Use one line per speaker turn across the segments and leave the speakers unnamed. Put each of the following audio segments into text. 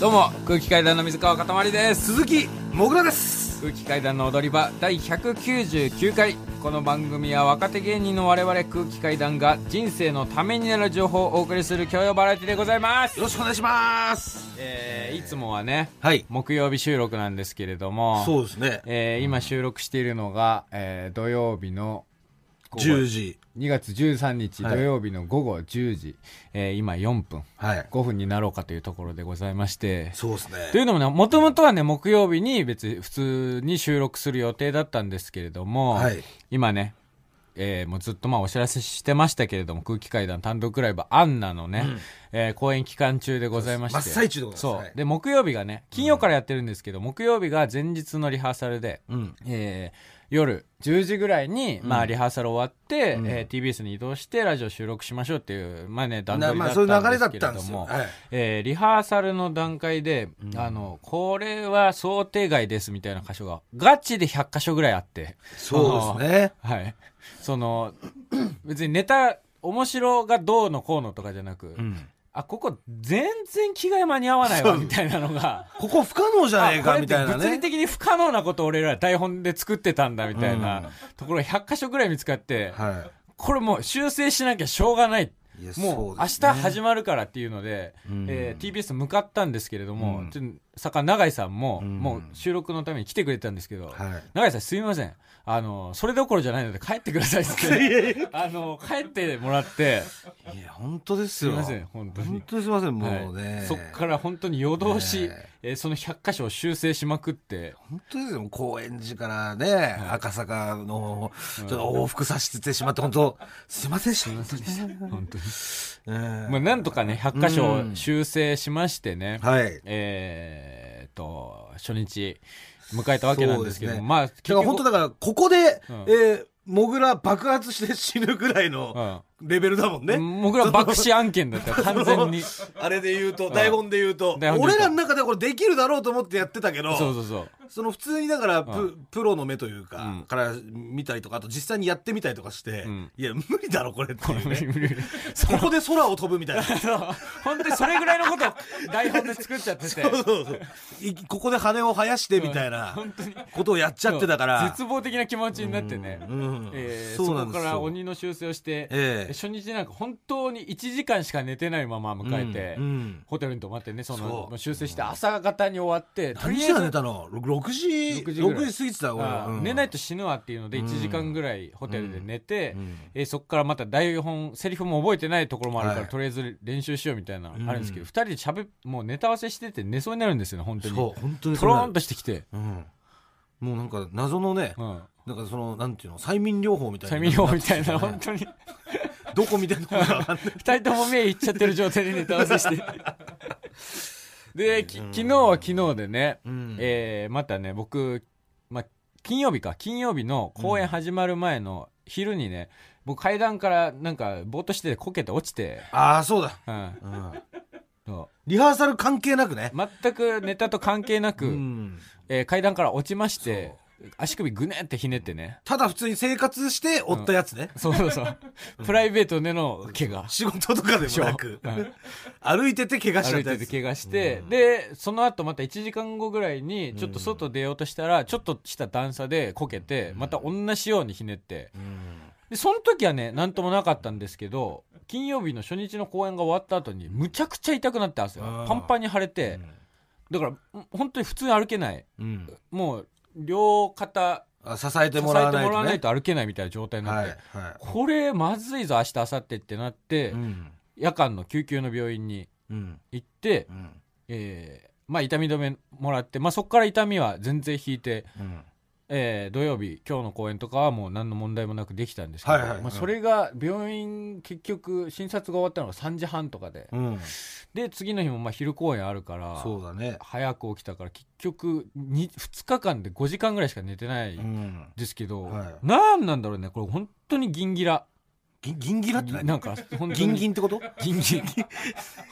どうも空気階段の水川かたまりです
鈴木もぐらです
空気階段の踊り場第199回この番組は若手芸人の我々空気階段が人生のためになる情報をお送りする教養バラエティでございます
よろしくお願いします
えーいつもはね、
はい
木曜日収録なんですけれども
そうですね
えー今収録しているのが、えー土曜日の午後
10時
2月13日土
はい
曜日の午後10時、えー今4分
はい
5分になろうかというところでございまして
そうです
とい
ね
うのもね、もともとはね、木曜日に別に普通に収録する予定だったんですけれども、
はい
今ね、えーもうずっとまあお知らせしてましたけれども、空気階段単独ライブアンナのね、えー公演期間中でございまして。
真っ最中でございます
そう。
はい
で、木曜日がね、金曜からやってるんですけど、木曜日が前日のリハーサルで、
うん
えー夜10時ぐらいに、まあ、リハーサル終わって、えー TBS に移動してラジオ収録しましょうっていう、まあね、段取り
な
だっ
まあ
た
そ
ん
ういう流
で
れだ
す
っ
けれ
たん
ど
です
も、
よはい
えーリハーサルの段階で、あの、これは想定外ですみたいな箇所が、ガチで100箇所ぐらいあって。
そうですね
あの。はい。その、 別にネタ、面白がどうのこうのとかじゃなく、
うん
あ、ここ全然着替え間に合わないわみたいなの が、
ここ不可能じゃねえ
あこ
か
れっ
み
て
たいな
物理
ね
的に不可能なことを俺ら台本で作ってたんだみたいなところが100箇所ぐらい見つかって、
は
これもう修正しなきゃしょうがない。
いいや
もう明
そうで
日
すね
始まるからっていうので、
うん
えー TBS 向かったんですけれども、
うん
ちょっと坂永井さんも、
うん
もう収録のために来てくれてたんですけど、
はい
永井さんすみません。あの、それどころじゃないので帰ってくださいって、 あの、帰ってもら って、
いや本当です
すみ
よ
ません、本当に
本。当にすいません
はい
もうね
そっから本当に夜通し、
ね
えーその100箇所を修正しまくって、
本当ですよ高円寺からね赤坂のちょっと往復させてしまって本当すいませんでした
本当に。
うん
まあ、なんとかね、100箇所
うん
修正しましてね、
はい
えーっと、初日迎えたわけなんですけども、
そうですね
まあ、結
だから本当だからここで、
うん
えーモグラ爆発して死ぬぐらいのレベルだもんね、
うん。僕ら爆死案件だ ったよ完全に。そ
あれで言うと台本で言うと
台本で言う
俺
と
らの中ではこれできるだろうと思ってやってたけど
うそうそう。
その普通にだからプ,、
うん
プロの目というか、
うん
から見たりとかあと実際にやってみたりとかして、
うん
いや無理だろこれっていう
無理
ね
無理無理そ
ここで空を飛ぶ みたいなそう
本当にそれぐらいのことを台本で作っちゃってて。
うそうそういここで羽を生やしてみたいな
本当に。
ことをやっちゃってたから
絶望的な気持ちになってね。
うん
えーそ
そうなん
こ
ですよ
から鬼の修正をして、
ええ
初日なんか本当に1時間しか寝てないまま迎えて、
うんうん
ホテルに泊まってねその
そう
もう修正して朝方に終わって
何時
とり
だ
あえ
寝
ず
たの6時
6時
6時
ぐらい
過ぎてた俺
あー
うん
寝ないと死ぬわっていうので
うん
1時間ぐらいホテルで寝て、
うん
えーそこからまた台本セリフも覚えてないところもあるから、
はい
とりあえず練習しようみたいなの
うん
あるんですけど、二2人で喋っもうネタ合わせしてて寝そうになるんですよね本当に
そう本当に
トローンとしてきて、
うんもうなんか謎のね
うん、
なんかそのなんていうの催眠療法みたいな
催眠法みたいな本当に
どこ見てんのか分 かんない
二人とも目いっちゃってる状態でネタ合わせして でき昨日は昨日でね、
うん
えーまたね僕、ま、金曜日か金曜日の公演始まる前の昼にね、僕階段からなんかぼーっとしててこけて落ちて、
ああそうだ
うん、
うん
そ
リハーサル関係なくね
う全くネタと関係なく、
うん
えー階段から落ちまして足首ぐねってひねって ね
ただ普通に生活して追ったやつね
そうそうそうプライベートでの怪我
仕事とかでもなく
うん
歩いてて怪我しち
歩
ゃっ
い
たや
て
つ
て怪我して、でその後また1時間後ぐらいにちょっと外出ようとしたら、ちょっとした段差でこけてまた同じようにひねって
うん
でその時はね何ともなかったんですけど金曜日の初日の公演が終わった後にむちゃくちゃ痛くなったんですよ
あー
パンパンに腫れてだからん本当に普通に歩けない
うん
もう両肩
あ支え
支え
て
ても
も
ら
ら
わ
わないと
ない
ね
と歩けないみたいな状態にな
は
っ
い
て、
は
これまずいぞ明日明後日ってなって、
いうん
夜間の救急の病院に
うん
行って、
うん
えーまあ、痛み止めもらって、まあ、そこから痛みは全然引いて、
うん
えー土曜日今日の公演とかはもう何の問題もなくできたんですけど、
はいはい
まあ、それが病院結局診察が終わったのが3時半とかで、
うん
で次の日もまあ昼公演あるから
そうだね
早く起きたから結局 2, 日間で5時間ぐらいしか寝てない
うん
ですけど、
はい
なんなんだろうねこれ本当にギンギラ
ギンギンギラって何
なんか本当に
ギンギンってこと
ギンギン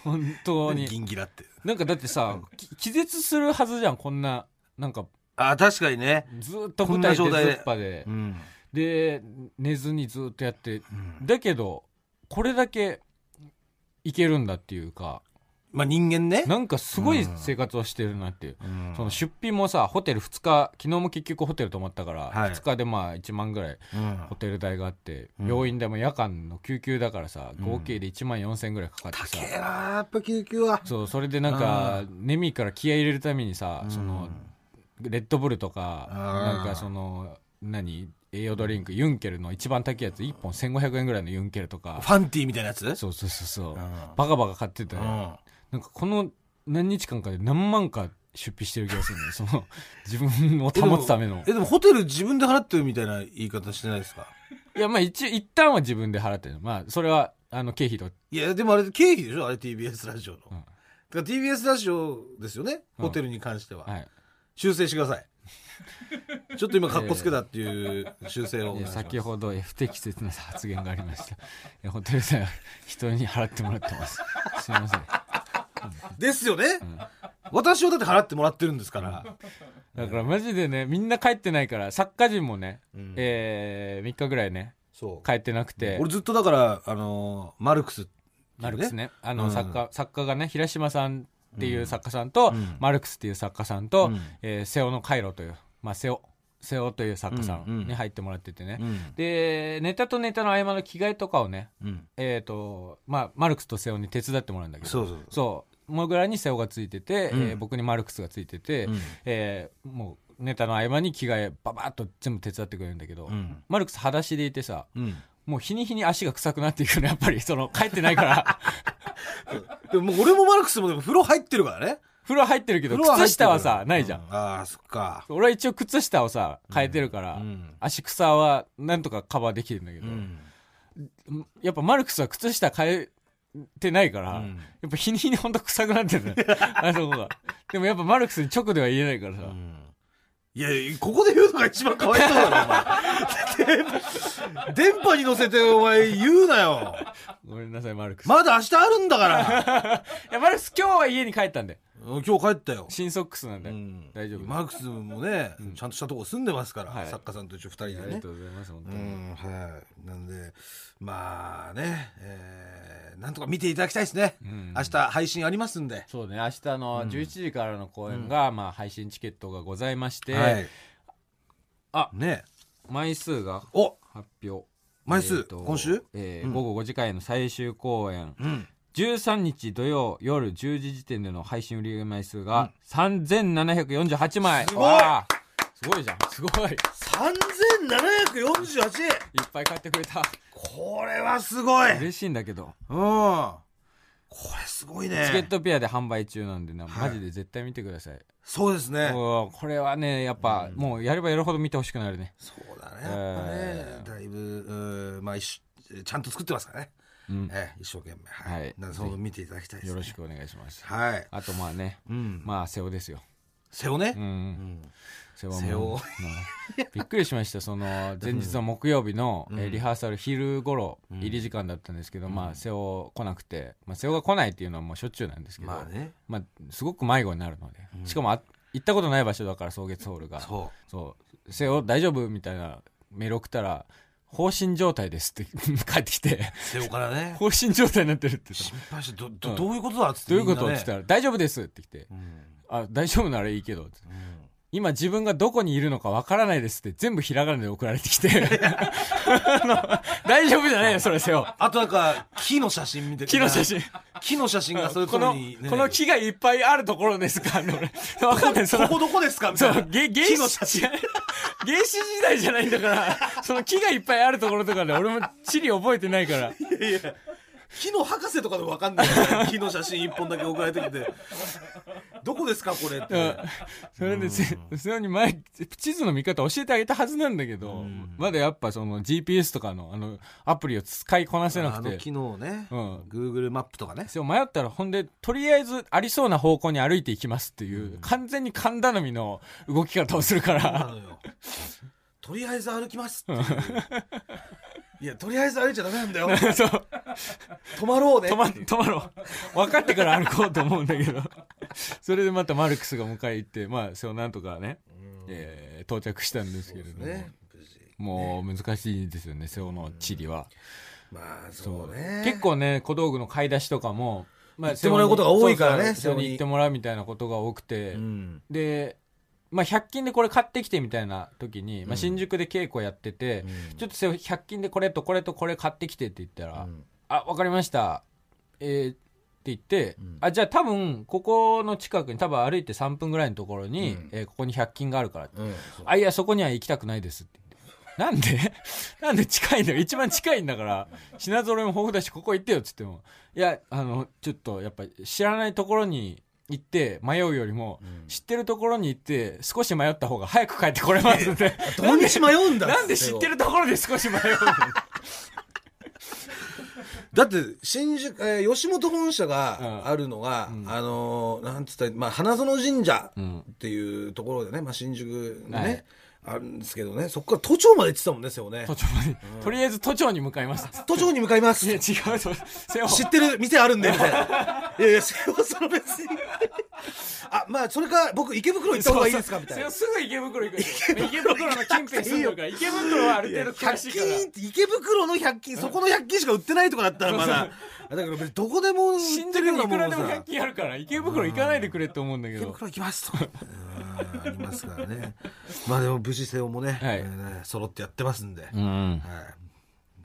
本当に
ギンギラって
なんかだってさき気絶するはずじゃんこんななんか
あ確かにね
ずーっと舞台
こんな状
で
態で
ずっぱで
うん
で寝ずにずーっとやってだけどこれだけいけるんだっていうか
まあ人間ね。
なんかすごい生活をしてるなっていう、その出費もさホテル2日昨日も結局ホテル泊まったから、
はい
2日でまあ1万ぐらい
うん
ホテル代があって、病院でも夜間の救急だからさ合計で1万4000円ぐらいかかってさ、
高えな、やっぱ救急は。
そうそれでなんかネミーから気合い入れるためにさ、そのレッドブルとか
うん
なんかその何栄養ドリンクユンケルの一番高いやつ1本1500円ぐらいのユンケルとか
ファンティーみたいなやつう。
そうそうそうそう、
ん。
バカバカ買ってたよ、
うん
なんかこの何日間かで何万か出費してる気がする ねその自分を
えでも
保つための
え、でもホテル自分で払ってるみたいな言い方してないですか
いやまあ一応一旦は自分で払ってるまあそれはあの経費と
いや、でもあれ経費でしょあれ TBS ラジオの。
うん
だから TBS ラジオですよね
うん
ホテルに関しては。
はい
修正してください。 ちょっと今、かっこつけたっていう修正をお願
い
い
や
します。
先ほどえ不適切な発言がありましたい やホテル代は人に払ってもらってます すいません
ですよね、私はだって払ってもらってるんですから。
だからマジでねみんな帰ってないから作家陣もね、
うん
え3日ぐらいね
そう。
帰ってなくて
俺ずっとだから、あのーマルクス、
マルクス。ねあの、
うん
作家作家がね平島さんっていう作家さんと、
うん
マルクスっていう作家さんと、
うん
えー瀬尾の回路という、まあ、瀬尾瀬尾という作家さ
う
ん
んう
に
ん
入ってもらっててね、
うん。
でネタとネタの合間の着替えとかをね
うん。
えっ、とまあマルクスと瀬尾に手伝ってもらうんだけど
そうそう。
そうモグラに瀬尾がついてて、
うん
えー僕にマルクスがついてて、
うん
えーもうネタの合間に着替えババッと全部手伝ってくれるんだけど、
うん。
マルクス裸足でいてさ
うん。
もう日に日に足が臭くなっていくのやっぱりそ の帰ってないから
でももう俺もマルクスもでも風呂入ってるからね。
風呂入ってるけど
風呂は入って
靴
る
下はさないじゃん、
うああ、そっか。
俺は一応靴下をさ変えてるから、
うん。
足草はなんとかカバーできるんだけ
う
ど、
ん。
やっぱマルクスは靴下変えてないから、
うん
やっぱ日に日にほんと臭くなってるね あそこがでもやっぱマルクスに直では言えないからさ、
いや、ここで言うのが一番かわいそうだろ、お前。電波 に乗せて、お前言うなよ。
ごめんなさいマルクス、
まだ明日あるんだから。
いやマルクス今日は家に帰ったんで
うん今日帰 ったよ。
新ソックスなんで、
うん
大丈夫
マークスもね、ちゃんとしたとこ住んでますから、
はい
作家さんと一緒二人
あ
で
りが
ね
と。うございます本当
う
に、
ん、はい。なんで、まあね、えーなんとか見ていただきたいですね。
ん
明日配信ありますんで。
そうね明日の11時からの公演が、まあ、配信チケットがございまして、
はい。
あ
ね
枚数が
お
発表
枚数
っと
今週
えー
うん
午後5時からの最終公演、
うん。
13日土曜夜10時時点での配信売り上げ枚数が3748枚、
すごい
わあすごいじゃんすごいいっ
3748!
ぱい買ってくれた
これはすごいうん。
嬉しいんだけど
これすごいね。
チケットペアで販売中なんでな、
はい
マジで絶対見てください
そうですね。
もうこれはねやっぱ、もうやればやるほど見てほしくなるね
そうだね。やっぱね、
え
だいぶ、うんまあ一緒、ちゃんと作ってますからね。
うん
ええ一生懸命。はい。
はい
なんで、その見ていただきたいです、ね。
よろしくお願いします
はい。
あとまあね
うん。
まあ瀬尾ですよ
瀬尾ね
う。ん
うん。
世話
瀬尾
も、まあびっくりしましたその 前日の木曜日の、えーリハーサル昼頃入り時間だったんですけど、まあ瀬尾来なくて、まあ、瀬尾が来ないっていうのはもうしょっちゅうなんですけど、
まあね。
まあすごく迷子になるので、しかもあ行ったことない場所だから草月ホールがそう
そ
瀬尾大丈夫?」みたいなメール送ったら「放心状態です」って 帰ってきて
う。瀬尾から
「
ね。
放心状態になってる」って言ったら
心配して、ど、
うん
ど、どういうことだっつって。
どういうこと?」
み
っ
んな
て
ね
言ったら「大丈夫です」って来て
うん
「あ大丈夫ならいいけど」って
うん
今自分がどこにいるのかわからないですって全部ひらがなで送られてき てあの大丈夫じゃないよそれせよ
あとなんか、木の写真見て
木の写。真
木の写真がそういうと
こ
こ
の
に、ね。
この木がいっぱいあるところですかあの俺わかんないそ
こ
の
こどこですかみ
そ
たいうな。
げ原
木
始
の写真。
原始時代じゃないんだからその木がいっぱいあるところとかで俺も地理覚えてないから
木の博士とかでもわかんないよ ね。木の写真一本だけ送られてきて。どこですかこれっ
うん
て。
それでせそれに前地図の見方教えてあげたはずなんだけどまだやっぱその GPS とかのあのアプリを使いこなせな
あ
く
の
て
機能ね、
うん
Google マップとかね
そう迷ったらほんでとりあえずありそうな方向に歩いていきますっていう、完全に勘頼みの動き方をするか
な
ら
のよとりあえず歩きます っていういやとりあえず歩いちゃダメなんだよ
そう
止まろうね
止ま止まろう分かってから歩こうと思うんだけど それでまたマルクスが迎え行ってまあそうなんとかね、えー到着したんですけれども、
ね無事
もう難しいですよね瀬尾の地理は、
まあそうね
結構ね小道具の買い出しとかもまあ
行ってもらうことが多いからね
そうそう
セオ
一緒
リー
に行ってもらうみたいなことが多くて、
うん
で、まあ、100均でこれ買ってきてみたいな時に、まあ、新宿で稽古やってて、ちょっとせ100均でこれとこれとこれ買ってきてって言ったら、
うん
あ、わかりました。えーって言って、
ん
あ、じゃあ多分、ここの近くに、多分歩いて3分ぐらいのところに、えーここに100均があるからって、
うん
あ、いや、そこには行きたくないですって言って。なんで なんで近いの一番近いんだから、品揃えも豊富だし、ここ行ってよって言っても。いや、あの、ちょっと、やっぱ、知らないところに行って迷うよりも、知ってるところに行って、少し迷った方が早く帰ってこれます って。
どんし迷うんだ
なんで知ってるところで少し迷う
だって新宿、えー吉本本社
うん
があるのが、あのーなんつったら、まあ、花園神社
ん
っていうところでね、まあ、新宿のね、
はい
あるんですけどねそこから都庁まで行ってたもんね瀬尾ね
都庁まで、とりあえず都庁に向かいました。
都庁に向か います
いや違うそせよ
知ってる店あるんでみたいないやいや瀬尾その別にあまあそれか僕池袋行った方がいいですかみたいな
すぐ池袋行くよ池袋の近辺住んでるから池袋はある程度詳しい
100
から
均って池袋の100均そこの100均しか売ってないとかだったらまだだから別にどこでも売
新
って
宿
るよう
に
ない
く
もの
ら
を
でも100
さ
均あるから池袋行かないでくれって思うんだけ
池
ど
袋行きますとうんありますか らねまあでも無事瀬尾も
は
ね,、
い
えーね揃ってやってますんで、
う
はい、
ん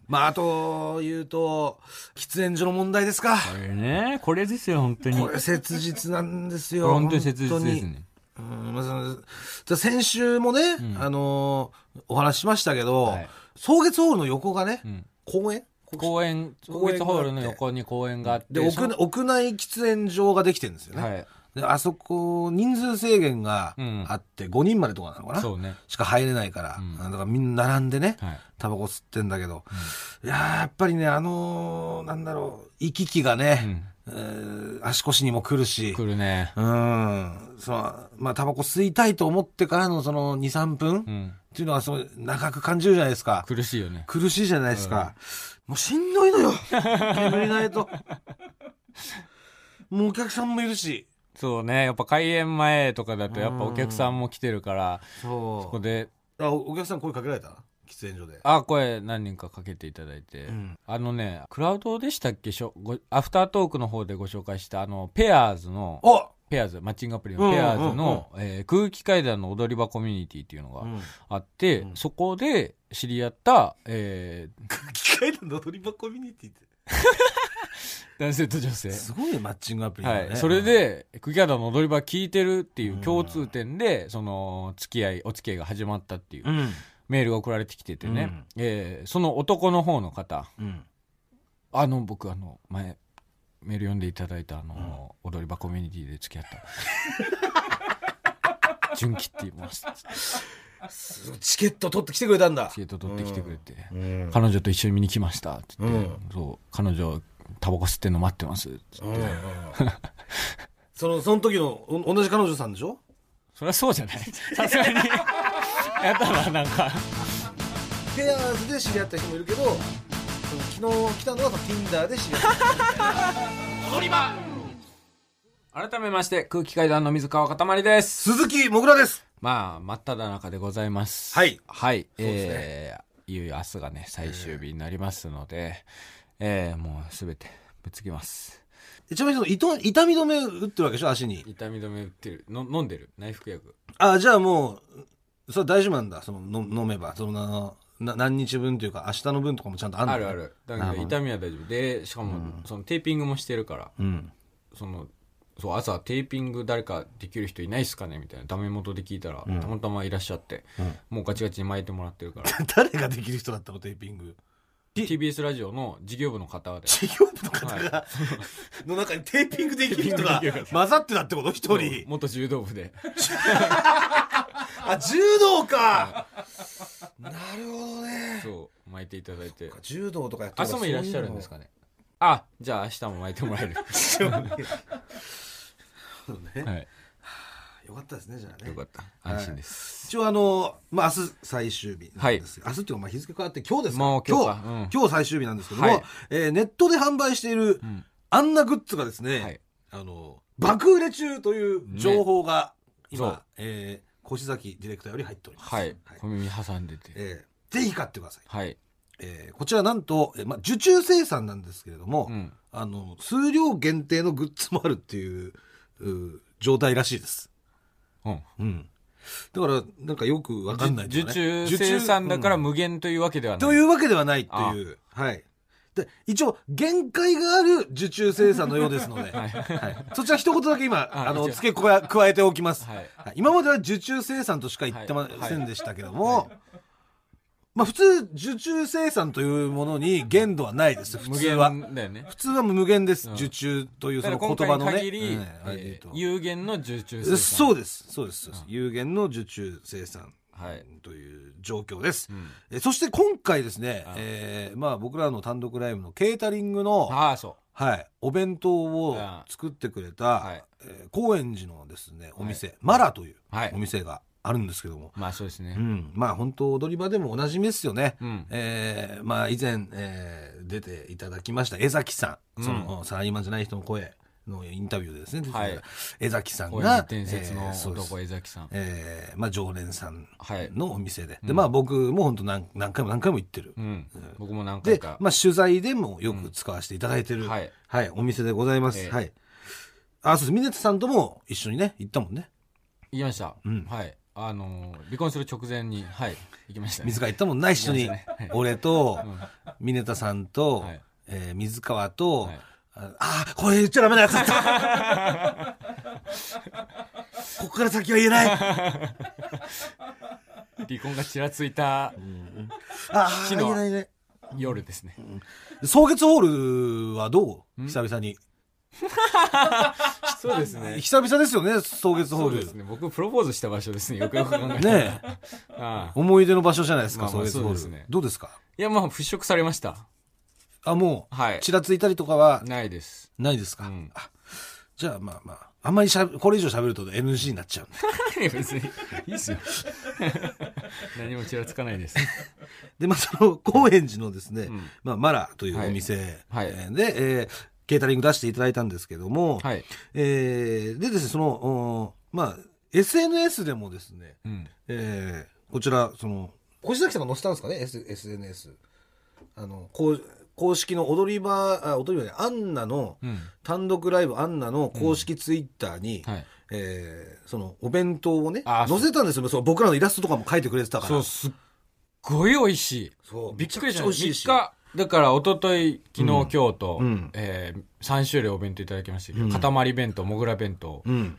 まああと言うと喫煙所の問題ですか
これねこれですよ本当に
これ切実なんですよ
本当に切実です
本当に
ね
うんまあそのじゃあ先週もね、あのーお話ししましたけど、
はい
草月ホールの横がね、
ん
公園
公園公
公園
立
があって
ホールの横に公園があって
で
そ
屋
の
屋内喫煙場ができてるんですよね、
はい
であそこ人数制限が
うん
あって5人までとかなのかな、
そうね
しか入れないから、だからみんな並んでね、
はい
タバコ吸ってんだけど、いやーやっぱりねあのーなんだろう行き来がね、えー足腰にも来るし
来るね
うんそのまあタバコ吸いたいと思ってからのその23分、
うん
っていうのはその長く感じるじゃないですか
苦しいよね
苦しいじゃないですか、もうしんどい のよ煙がないともうお客さんもいるし
そうねやっぱ開演前とかだとやっぱお客さんも来てるから
そう
ここで
あおお客さん声かけられた喫煙所で
あ声何人かかけていただいて、
ん
あのねクラウドでしたっけしょごアフタートークの方でご紹介したあのペアーズの
お
ペアーズマッチングアプリ
うん
の
うんう
ペ
ん
アーズの、えー空気階段の踊り場コミュニティっていうのがあって、
うん
そこで知り合った、えー
空気階段の踊り場コミュニティって
男性と女性
すごいねマッチングアプリ
は
だね
い、それで空気階段の踊り場聞いてるっていう共通点で、その付き合いお付き合いが始まったっていう
うん
メールが送られてきてて
う
ね
ん、
えーその男の方の方
うん
あの僕あの前メール読んでいただいたあの、踊り場コミュニティで付き 合った 純喜って言います
すごいチケット取ってきてくれたんだ
チケット取ってきてくれて、
うん
彼女と一緒に見に来ましたって言って、
うん
そう彼女タバコ吸ってんの待ってますって
うんうん そのその時のお同じ彼女さんでしょ
そりゃそうじゃない さすがにやったななんか
ペアーズで知り合った人もいるけどその昨日来たのはその Tinder で知り合った
改めまして空気階段の水川かたまりです
鈴木もぐらです
まあ真っ只中でございます
はい
はい
そうですね
えーいよいよ明日がね最終日になりますのでえーもうすべてぶつけます
ちなみにその痛痛み止め打ってるわけでしょ足に
痛み止め打ってるの飲んでる内服薬
あじゃあもうそれ大丈夫なんだそのの飲めばそのなな何日分というか明日の分とかもちゃんとあるの
あるあるだか
な
ら
るほど
痛みは大丈夫でしかも、そのテーピングもしてるから
うん
そのそう朝テーピング誰かできる人いないっすかねみたいなダメ元で聞いたら、たまたまいらっしゃって、もうガチガチに巻いてもらってるから
誰ができる人だったのテーピング
TBS ラジオの事業部の方で
事業部の方が、の中にテーピングできる人が混ざってたってこと一人
元柔道部で
あ柔道かなるほどね
そう巻いていただいて
柔道とかやって
明日もいらっしゃるんですかねあじゃあ明日も巻いてもらえる、
そういうのもそうね
はい、
よかったですねじゃあね
よかった安心です、
一応あの、まあ、明日最終日なんですが、明日っていうかまあ日付変わって今日ですか
もう今日か
今日,、
うん
今日最終日なんですけども、
はい
えーネットで販売している、
ん
あんなグッズがですね、
はい
あの爆売れ中という情報が今、
そう
えー越崎ディレクターより入っております、
はい小耳挟んでて
えーぜひ買ってください
はい
えーこちらなんと、えーまあ、受注生産なんですけれども、
うん
あの数量限定のグッズもあるっていうう状態らしいです、
うん
うん、だからなんかよくわかんないと
受
いうか
注
ね、
生産だから
うん
無限というわけではない、
というわけではないっていうはいで一応限界がある受注生産のようで すので、はいそちら一言だけ今
あ
あの
一応
付け加え 加えておきます、
はい
はい今までは受注生産としか言ってませんでしたけども、
はい
まあ普通受注生産というものに限度はないです普
無
通は
限だよね
普通は無限です、
うん
受注という
だ
そ
から
の
今
言
回
葉
に
のね
限り、
うんあれで言う
え
と
ー有限の受注生産
そうですそうですそうです有限の受注生産
はい
という状況です、
うん
えそして今回ですね
あ、
えーまあ、僕らの単独ライブのケータリングの、
ああそ
はい、お弁当を
あ
作ってくれ
はい
た、えー高円寺のですねお店、マラとい
う
う
はい
お店があるんですけども、
まあそうですね
うん、まあ本当踊り場でもおなじみですよね、
うん
えーまあ以前、えー出ていただきました江崎さん、そのサラリーマンじゃない人の声のインタビューでですね、
はい
江崎さん
こういう
が
伝説
え
の
ーそうです
男江崎さん、
えーまあ、常連さん
はい
のお店で,、
うん
でまあ、僕も本当何何回も何回も行ってる、
うん僕も何回
で
か、
まあ、取材でもよく使わせていただいて
う
る、
ん
は
はいい
お店でございます、
ええ
はいあそうです峰田さんとも一緒にね行ったもんね
行きました、
うん
はいあのー離婚する直前にはい行きましたね、
水川行ったもんな一緒に、
行きましたねはい
俺と
うん
峰田さんと、
はい
えー水川と、
はい
ああーこれ言っちゃ ダメなやつだったここから先は言えないあ
離婚がちらついた
あ
死
言
の
えないね
夜ですね
草月ホールはどう久々に
そうですね
久々ですよね草月ホ
そう
ー
で
ル
すね僕プロポーズした場所ですねよくよく考えたら
ねえ
ああ
思い出の場所じゃないですか、
まあまあ
草月ホール
そうですね
どうですか
いやまあ払拭されました
あもう、
はい
ちらついたりとかは
ないです
ないですか、
うん
あじゃあまあまああんまりしゃべこれ以上喋ると NG になっちゃうんで
いや別にいいっす よ何もちらつかないです
でまあその高円寺のですね、
ん
まあ、マラというお店で、
はい
えーケータリング出していただいたんですけども、
はい、
えーでですねそのおーまあ SNS でもですね、
うん、
えーこちらその越崎さんが載せたんですかね、S、SNS あのこう公式の踊り場あ踊り場でアンナの、
うん
単独ライブアンナの公式ツイッターに、
はい
えーそのお弁当をね
あ
載
ーそう
せたんですよそう僕らのイラストとかも書いてくれてたから
そうすっごい美味しい
そう
びっくりした
めちゃくちゃ美味しい
3
し
日だから一昨日昨日、
うん
今日と、
うん
え3種類お弁当いただきましたけど、
うん
塊弁当もぐら弁当
うん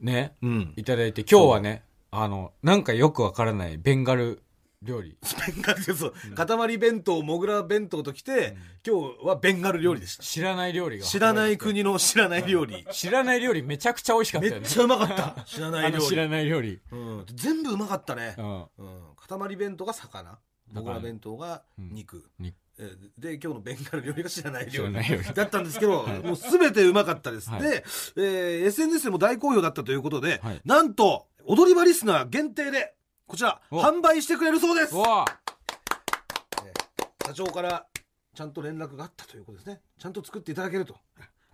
ね
うん
いただいて今日はねあのなんかよくわからないベンガル料理
スペンガルそう、塊弁当もぐら弁当ときて、今日はベンガル料理でした、
知らない料理が
知らない国の知らない料理
知らない料理めちゃくちゃ美味しかった
め
よ
っ
ね
ちゃうまかった知らな
あ
い料
の知
理、
らない料理
うん、全部うまかったね
う、ん
うん塊弁当が魚もぐら弁当が肉、
うん肉
えーで今日のベンガル料理が知らない
知
料
ら
理
ない料理
だったんです けど、もう全てうまかったです。
はい
で、えー SNS でも大好評だったということで、
はい
なんと、踊り場リスナー限定で、こちら、
お
販売してくれるそうです
うわ
社長から、ちゃんと連絡があったということですね。ちゃんと作っていただけると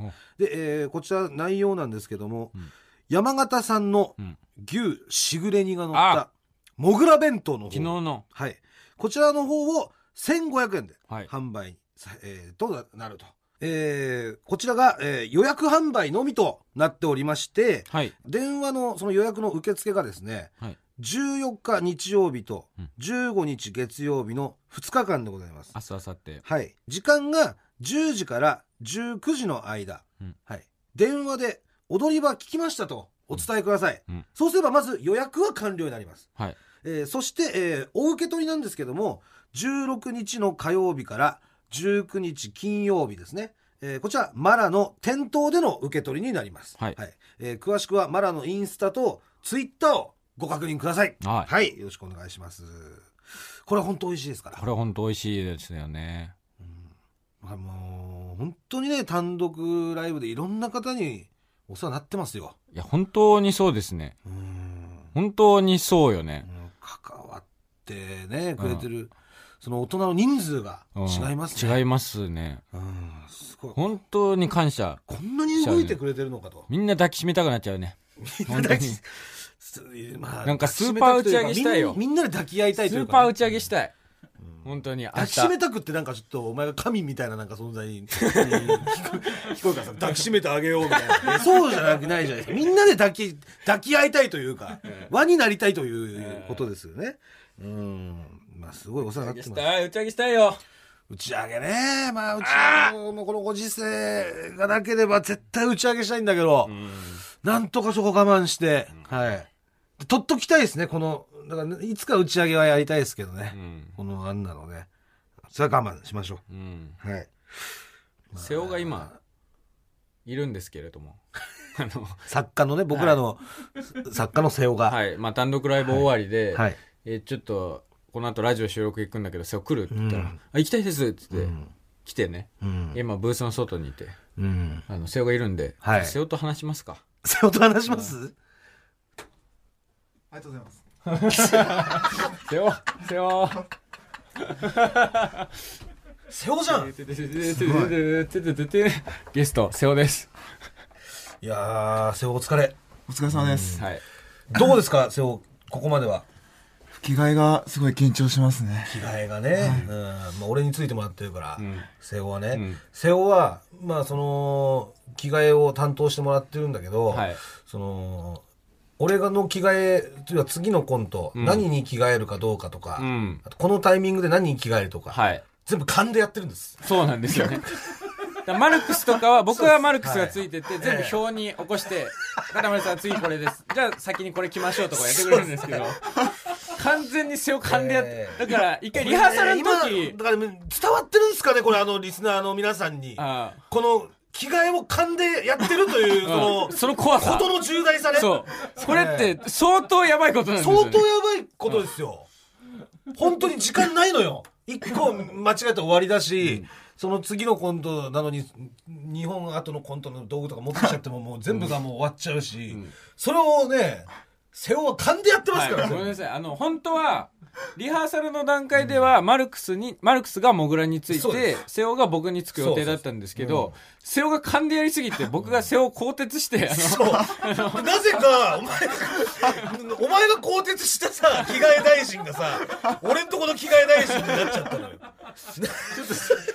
お。
で、えーこちら内容なんですけども、
うん
山形産の
うん
牛しぐれ煮が乗った
あ、
もぐら弁当の
昨日
方。
の
はい。こちらの方を1500円で
はい
販売、さえーとなると、えーこちらが、えー予約販売のみとなっておりまして
はい
電話のその予約の受付がですね、
はい
14日日曜日と
うん
15日月曜日の2日間でございます、
明日明後日
はい時間が10時から19時の間、
うん
はい、電話で踊り場聞きましたとお伝えください、
うんうん
そうすればまず予約は完了になります
はい
えーそして、えーお受け取りなんですけども16日の火曜日から19日金曜日ですね、えーこちらマラの店頭での受け取りになります、
はい
えー詳しくはマラのインスタとツイッターをご確認ください
はい
よろしくお願いしますこれ本当美味しいですから
これ本当美味しいですよね
あもう本当にね単独ライブでいろんな方にお世話になってますよ
いや本当にそうですね
うん
本当にそうよね
うん関わってねくれてる、その大人の人数が
うん
違いますね、
違いますね
うんすごい
本当に感謝
こんなに動いてくれてるのかと、
みんな抱きしめたくなっちゃうね本 当にス
まあ
なんかスーパー打ち上げしたいよ
みんみんなで抱き合いたいという
ー
か
パー
ね、
打ち上げしたい
うん
本当にあ
抱
っ
きしためたくってなんかちょっとお前が神みたいななんか存在 に聞こえ聞こえるからさ抱きしめてあげようみたいなそうじゃなくないじゃないですかみんなで抱き抱き合いたいというか輪になりたいということですよねうんまあすごいお世話になって
し
ます
たい打ち上げしたいよ
打ち上げねまあ打ち上げのこのご時世がなければ絶対打ち上げしたいんだけど、なんとかそこ我慢して、はいで取っときたいですねこのだからいつか打ち上げはやりたいですけどね、
うん、
このあんなのねそれは我慢しましょ
うん、
うはい
瀬尾が今いるんですけれ どもあの
作家のね僕らの、作家の瀬尾がはい、
はいまあ単独ライブ終わりで、
はい
えーちょっとこの後ラジオ収録行くんだけど瀬尾来るって言ったら「
うん
あ行きたいです」っつって、
うん
来てね
うん
今ブースの外にいて
うん、
あの瀬尾がいるんで、
はい
瀬尾と話しますか
瀬尾と話します
ありがとうございます。
瀬尾瀬尾
瀬尾じゃん
ゲスト瀬尾です
いやー瀬尾お疲れ
お疲れ様です。
はい
どうですか瀬尾ここまでは
吹き替えがすごい緊張しますね。
着替えがね、うんまあ、俺についてもらってるから、
ん
瀬尾はね、
ん
瀬尾はまあその着替えを担当してもらってるんだけど、
はい
その俺がの着替えというか次のコント、
うん
何に着替えるかどうかとか、
うん
あとこのタイミングで何に着替えるとか、
はい
全部勘でやってるんです
そうなんですよねだからマルクスとかは僕はマルクスがついてて、全部表に起こして「片村さん次これですじゃあ先にこれ来ましょう」とかやってくれるんですけど完全に背を噛んでやって、だ
え
から一回リハーサルの
これね
時、
今だから伝わってるんですかねこれあのリスナーの皆さんに
ああ
この着替えを勘でやってるというその
うんその怖さ
ことの重大さね
そうこれって相当やばいことなんですよ、ね、
相当やばいことですよ。本当に時間ないのよ。一個間違えたら終わりだし、その次のコントなのに、日本後のコントの道具とか持ってきちゃってももう全部がもう終わっちゃうし、それをね、背負は勘でやってま
は
す
い
から、
ごめんなさいあの本当はリハーサルの段階ではマルクスに、マルクスがモグラについ
そうで
て瀬尾が僕につく予定だったんですけど瀬尾が勘でやりすぎて僕が瀬尾を更迭してあの
そう。なぜか、お前、お前が更迭したさ、着替え大臣がさ、俺んとこの着替え大臣になっちゃったのよ。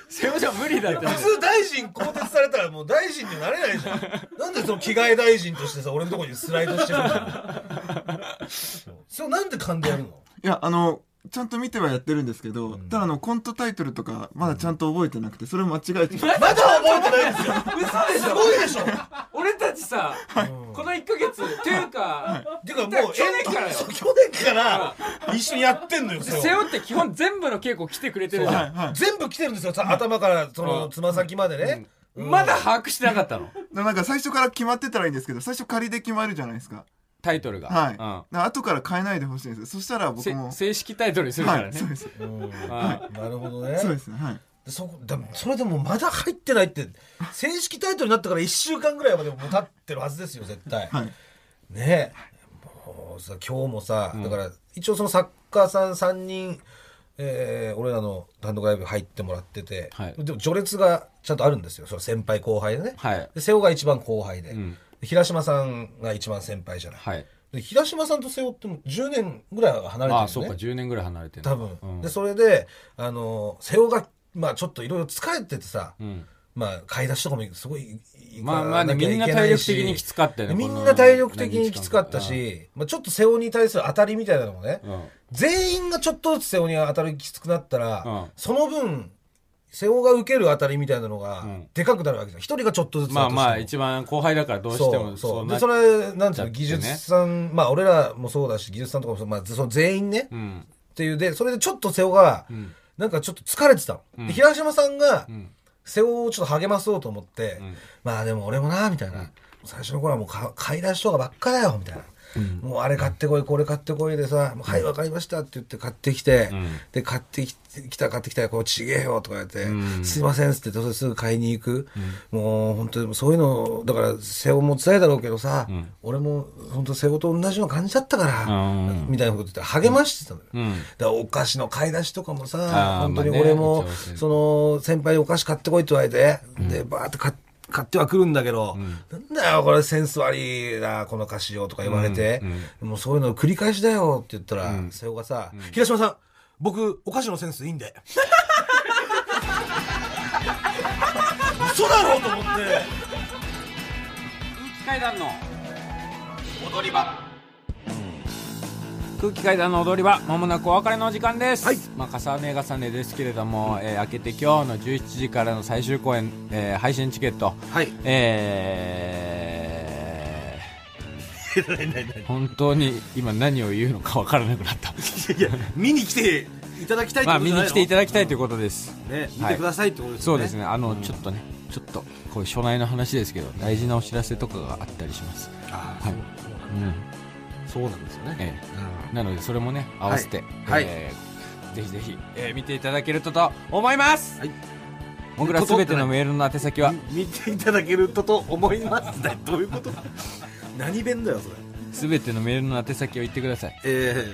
瀬尾じゃ無理だ って
普通大臣更迭されたらもう大臣にはなれないじゃんなんでその着替え大臣としてさ俺のところにスライドしてくるのそれなんで勘でやるの
いや、あの、ちゃんと見てはやってるんですけど、ただあの、コントタイトルとか、まだちゃんと覚えてなくて、それ間違え て
まだ覚えてないんですよ
嘘でし
す
ょ
ごいでしょ
俺たちさ、この1ヶ月 っていうか、
ていうかもう
去年からよ
そう去年から一緒にやってんのよそれを
瀬尾って基本全部の稽古来てくれてるじゃん
全部来てるんですよさ頭からそのつま先までね、
まだ把握してなかったの
でもなんか最初から決まってたらいいんですけど、最初仮で決まるじゃないですか。
タイトルが、
はい。
うん
だから後から変えないでほしいんですよそしたら僕
せ
も。
正式タイトルにするか
は
ら
い。
ね、
そうです。
うん
は
なるほどね
そうですね。はい。
でそこでもそれでもまだ入ってないって正式タイトルになってから1週間ぐらいまでもう経ってるはずですよ絶対、
はい
ねえもうさ今日もさ、だから一応その作家さん3人、えー俺らの単独ライブ入ってもらってて、
はい
でも序列がちゃんとあるんですよその先輩後輩でね、
はい
で瀬尾が一番後輩で、
ん
で平島さんが一番先輩じゃない、
はい
で平島さんと瀬尾ってもう10年ぐらいは離れてる
あ
ん
あ
です
そう
ね
か10年ぐらい離れてる
多分、
うん
でそれであの瀬尾がまあちょっといろいろ疲れててさ、
うん
まあ買い出しとかもすごい
まあまあね
行かきゃいけいし
みんな体力的にきつかったよね
み
こ
ん
の
な体力的にきつかった
何
し、まあ、ちょっと瀬尾に対する当たりみたいなのもね、
うん
全員がちょっとずつ瀬尾に当たりきつくなったら、
うん
その分瀬尾が受ける当たりみたいなのが
ん
でかくなるわけじゃん一人がちょっとずつ
まあまあ
だとしても
一番後輩だからどうしても
そうそう
な
でそれなんて
ち
い
ゃ
う
ってね
の技術さんまあ俺らもそうだし技術さんとかもそう、まあ、その全員ね、
うん
っていうでそれでちょっと瀬尾が、なんかちょっと疲れてたの、で平島さんが、瀬尾をちょっと励まそうと思って、まあでも俺もなみたいな、最初の頃はもうか買い出しとかばっかだよみたいな、もうあれ買ってこいこれ買ってこいでさ「もうはいわかりました」って言って買ってきて、で買ってききた買ってきたこうちげえよとか言って「すいません」っつってそれすぐ買いに行く、もう本当にそういうのだから瀬尾も辛いだろうけどさ、俺も本当瀬尾と同じような感じだったから、
うんうん
みたいなこと言って励ましてたのよ、
うん
だからお菓子の買い出しとかもさ
あー
本当に
まあね
俺も、
打ち合わせ
その先輩にお菓子買ってこいって言われて、でバーって買っ買ってはくるんだけど、なんだよこれセンス悪いなこの菓子よとか言われて、もうそういうの繰り返しだよって言ったら、瀬尾がさ、平島さん僕お菓子のセンスいいんで嘘だろうと思って
気階段の踊り場空気階段の踊り場まもなくお別れのお時間です、
はい
まあ、重ね重ねですけれども、えー明けて今日の17時からの最終公演、えー配信チケット
はい
え ー、本当に今何を言うのか分からなくな った
いや見に来ていただきたいって
まあ
こと
見
じゃ
に来
ないの
ていただきたいということです、
ね見
はい
てくださいってことです
そ
よ
う
ね
ですねあの、ちょっとねちょっとこういう所内の話ですけど大事なお知らせとかがあったりします
あ
はいうん
そうそうなんですよね
ええなのでそれもね合わせて、
はい
えーぜひぜひ、えー見ていただけるとと思います、
はい
僕らすべてのメールの宛先は
み見ていただけるとと思います だどういうこと何弁だよそれ
すべてのメールの宛先を言ってください
え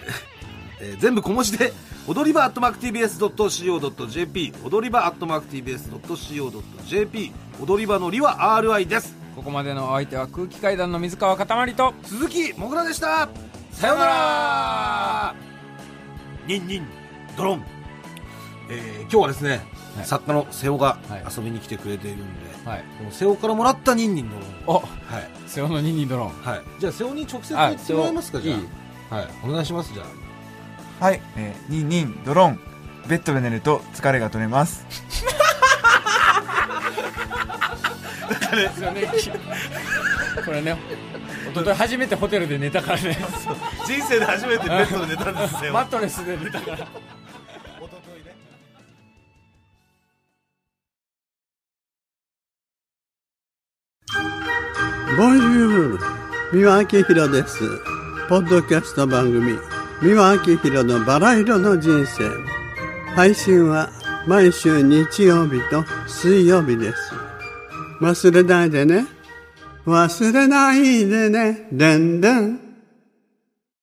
ーえー全部小文字で踊り場 atmactbs.co.jp 踊り場 atmactbs.co.jp 踊り場のりは RI です
ここまでのお相手は空気階段の水川かたまりと
鈴木もぐらでしたさようならニンニンドロン、えー今日はですね、
はい
作家の瀬尾が
はい
遊びに来てくれているんで、
はい
この瀬尾からもらったニンニンドロン
お
はい、
瀬尾のニンニンドローン
はい、じゃあ瀬尾に直接
あ
言ってもらえますか
瀬
じ
尾
ゃ
いい
あはいお願いしますじゃあ
はい、えー、ニンニンドロンベッドで寝ると疲れが取れます
ですよね これね一昨日初めてホテルで寝たからね
人生で初めてベッドで寝たんです瀬尾
マットレスで寝たから
ボンジュール三輪明宏です。ポッドキャスト番組、三輪明宏のバラ色の人生。配信は毎週日曜日と水曜日です。忘れないでね。忘れないでね。でんでん。